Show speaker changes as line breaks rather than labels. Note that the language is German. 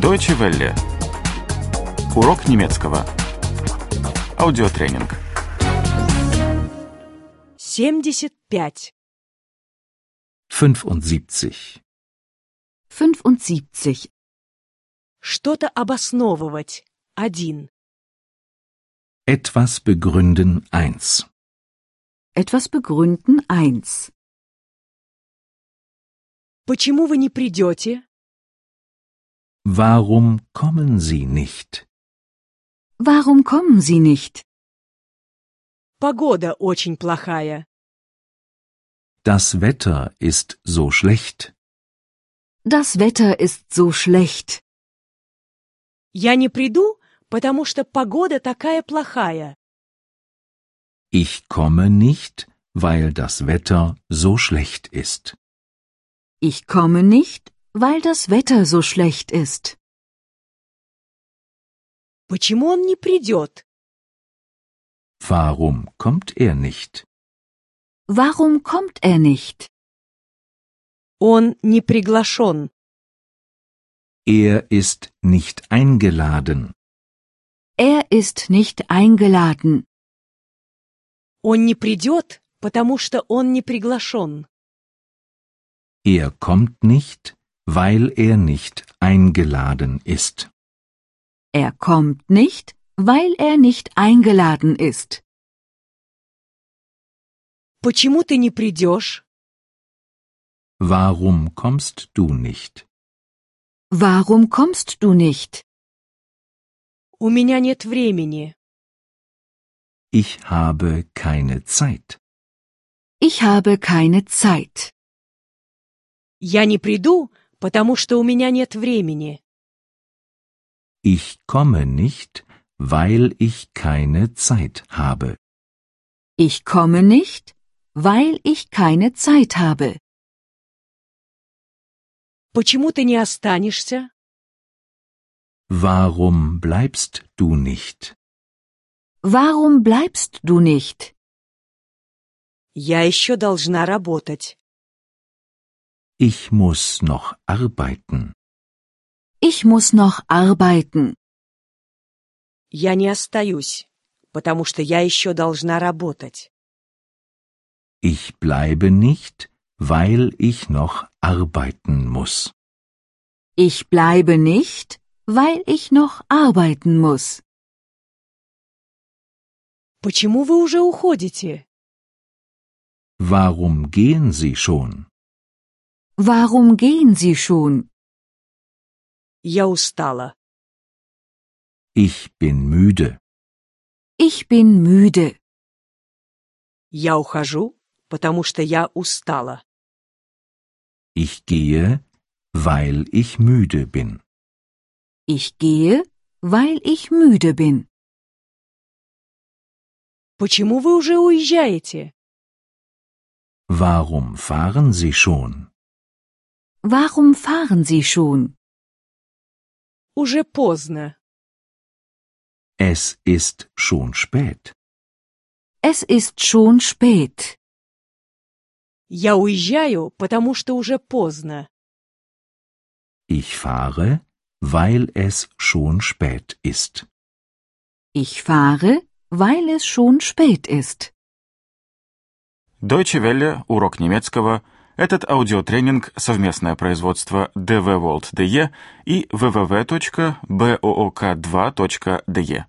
Deutsche Welle. Урок немецкого. Аудиотренинг.
75.
75.
75.
Что-то обосновывать. 1.
Etwas begründen 1.
Etwas begründen 1.
Почему вы не придете?
Warum kommen Sie nicht?
Warum kommen Sie nicht?
Погода очень плохая.
Das Wetter ist so schlecht.
Das Wetter ist so schlecht.
Я не приду, потому что погода такая плохая.
Ich komme nicht, weil das Wetter so schlecht ist.
Ich komme nicht, weil das Wetter so schlecht ist.
Почему он не придет?
Warum kommt er nicht?
Warum kommt er nicht?
Он не приглашен.
Er ist nicht eingeladen.
Er ist nicht eingeladen.
Он не придет, потому что он не приглашен.
Er kommt nicht, weil er nicht eingeladen ist.
Er kommt nicht, weil er nicht eingeladen ist.
Почему ты не придешь?
Warum kommst du nicht?
Warum kommst du nicht?
У меня нет времени.
Ich habe keine Zeit.
Ich habe keine Zeit.
Я не приду, потому что у меня нет времени.
Ich komme nicht, weil ich keine Zeit habe.
Ich komme nicht, weil ich keine Zeit habe.
Почему ты не останешься?
Warum bleibst du nicht?
Warum bleibst du nicht?
Я еще должна работать.
Ich muss noch arbeiten.
Ich muss noch arbeiten.
Я не остаюсь, потому что я еще должна работать.
Ich bleibe nicht, weil ich noch arbeiten muss.
Ich bleibe nicht, weil ich noch arbeiten muss.
Почему вы уже уходите?
Warum gehen Sie schon?
Warum gehen Sie schon?
Я устала.
Ich bin müde.
Ich bin müde.
Я ухожу, потому что я устала.
Ich gehe, weil ich müde bin.
Ich gehe, weil ich müde bin.
Почему вы уже уезжаете?
Warum fahren Sie schon?
Warum fahren Sie schon?
Уже поздно.
Es ist schon spät.
Es ist schon spät.
Я уезжаю, потому что уже поздно.
Ich fahre, weil es schon spät ist.
Ich fahre, weil es schon spät ist.
Deutsche Welle. Урок немецкого. Этот аудиотренинг – совместное производство DW World DE и www.book2.de.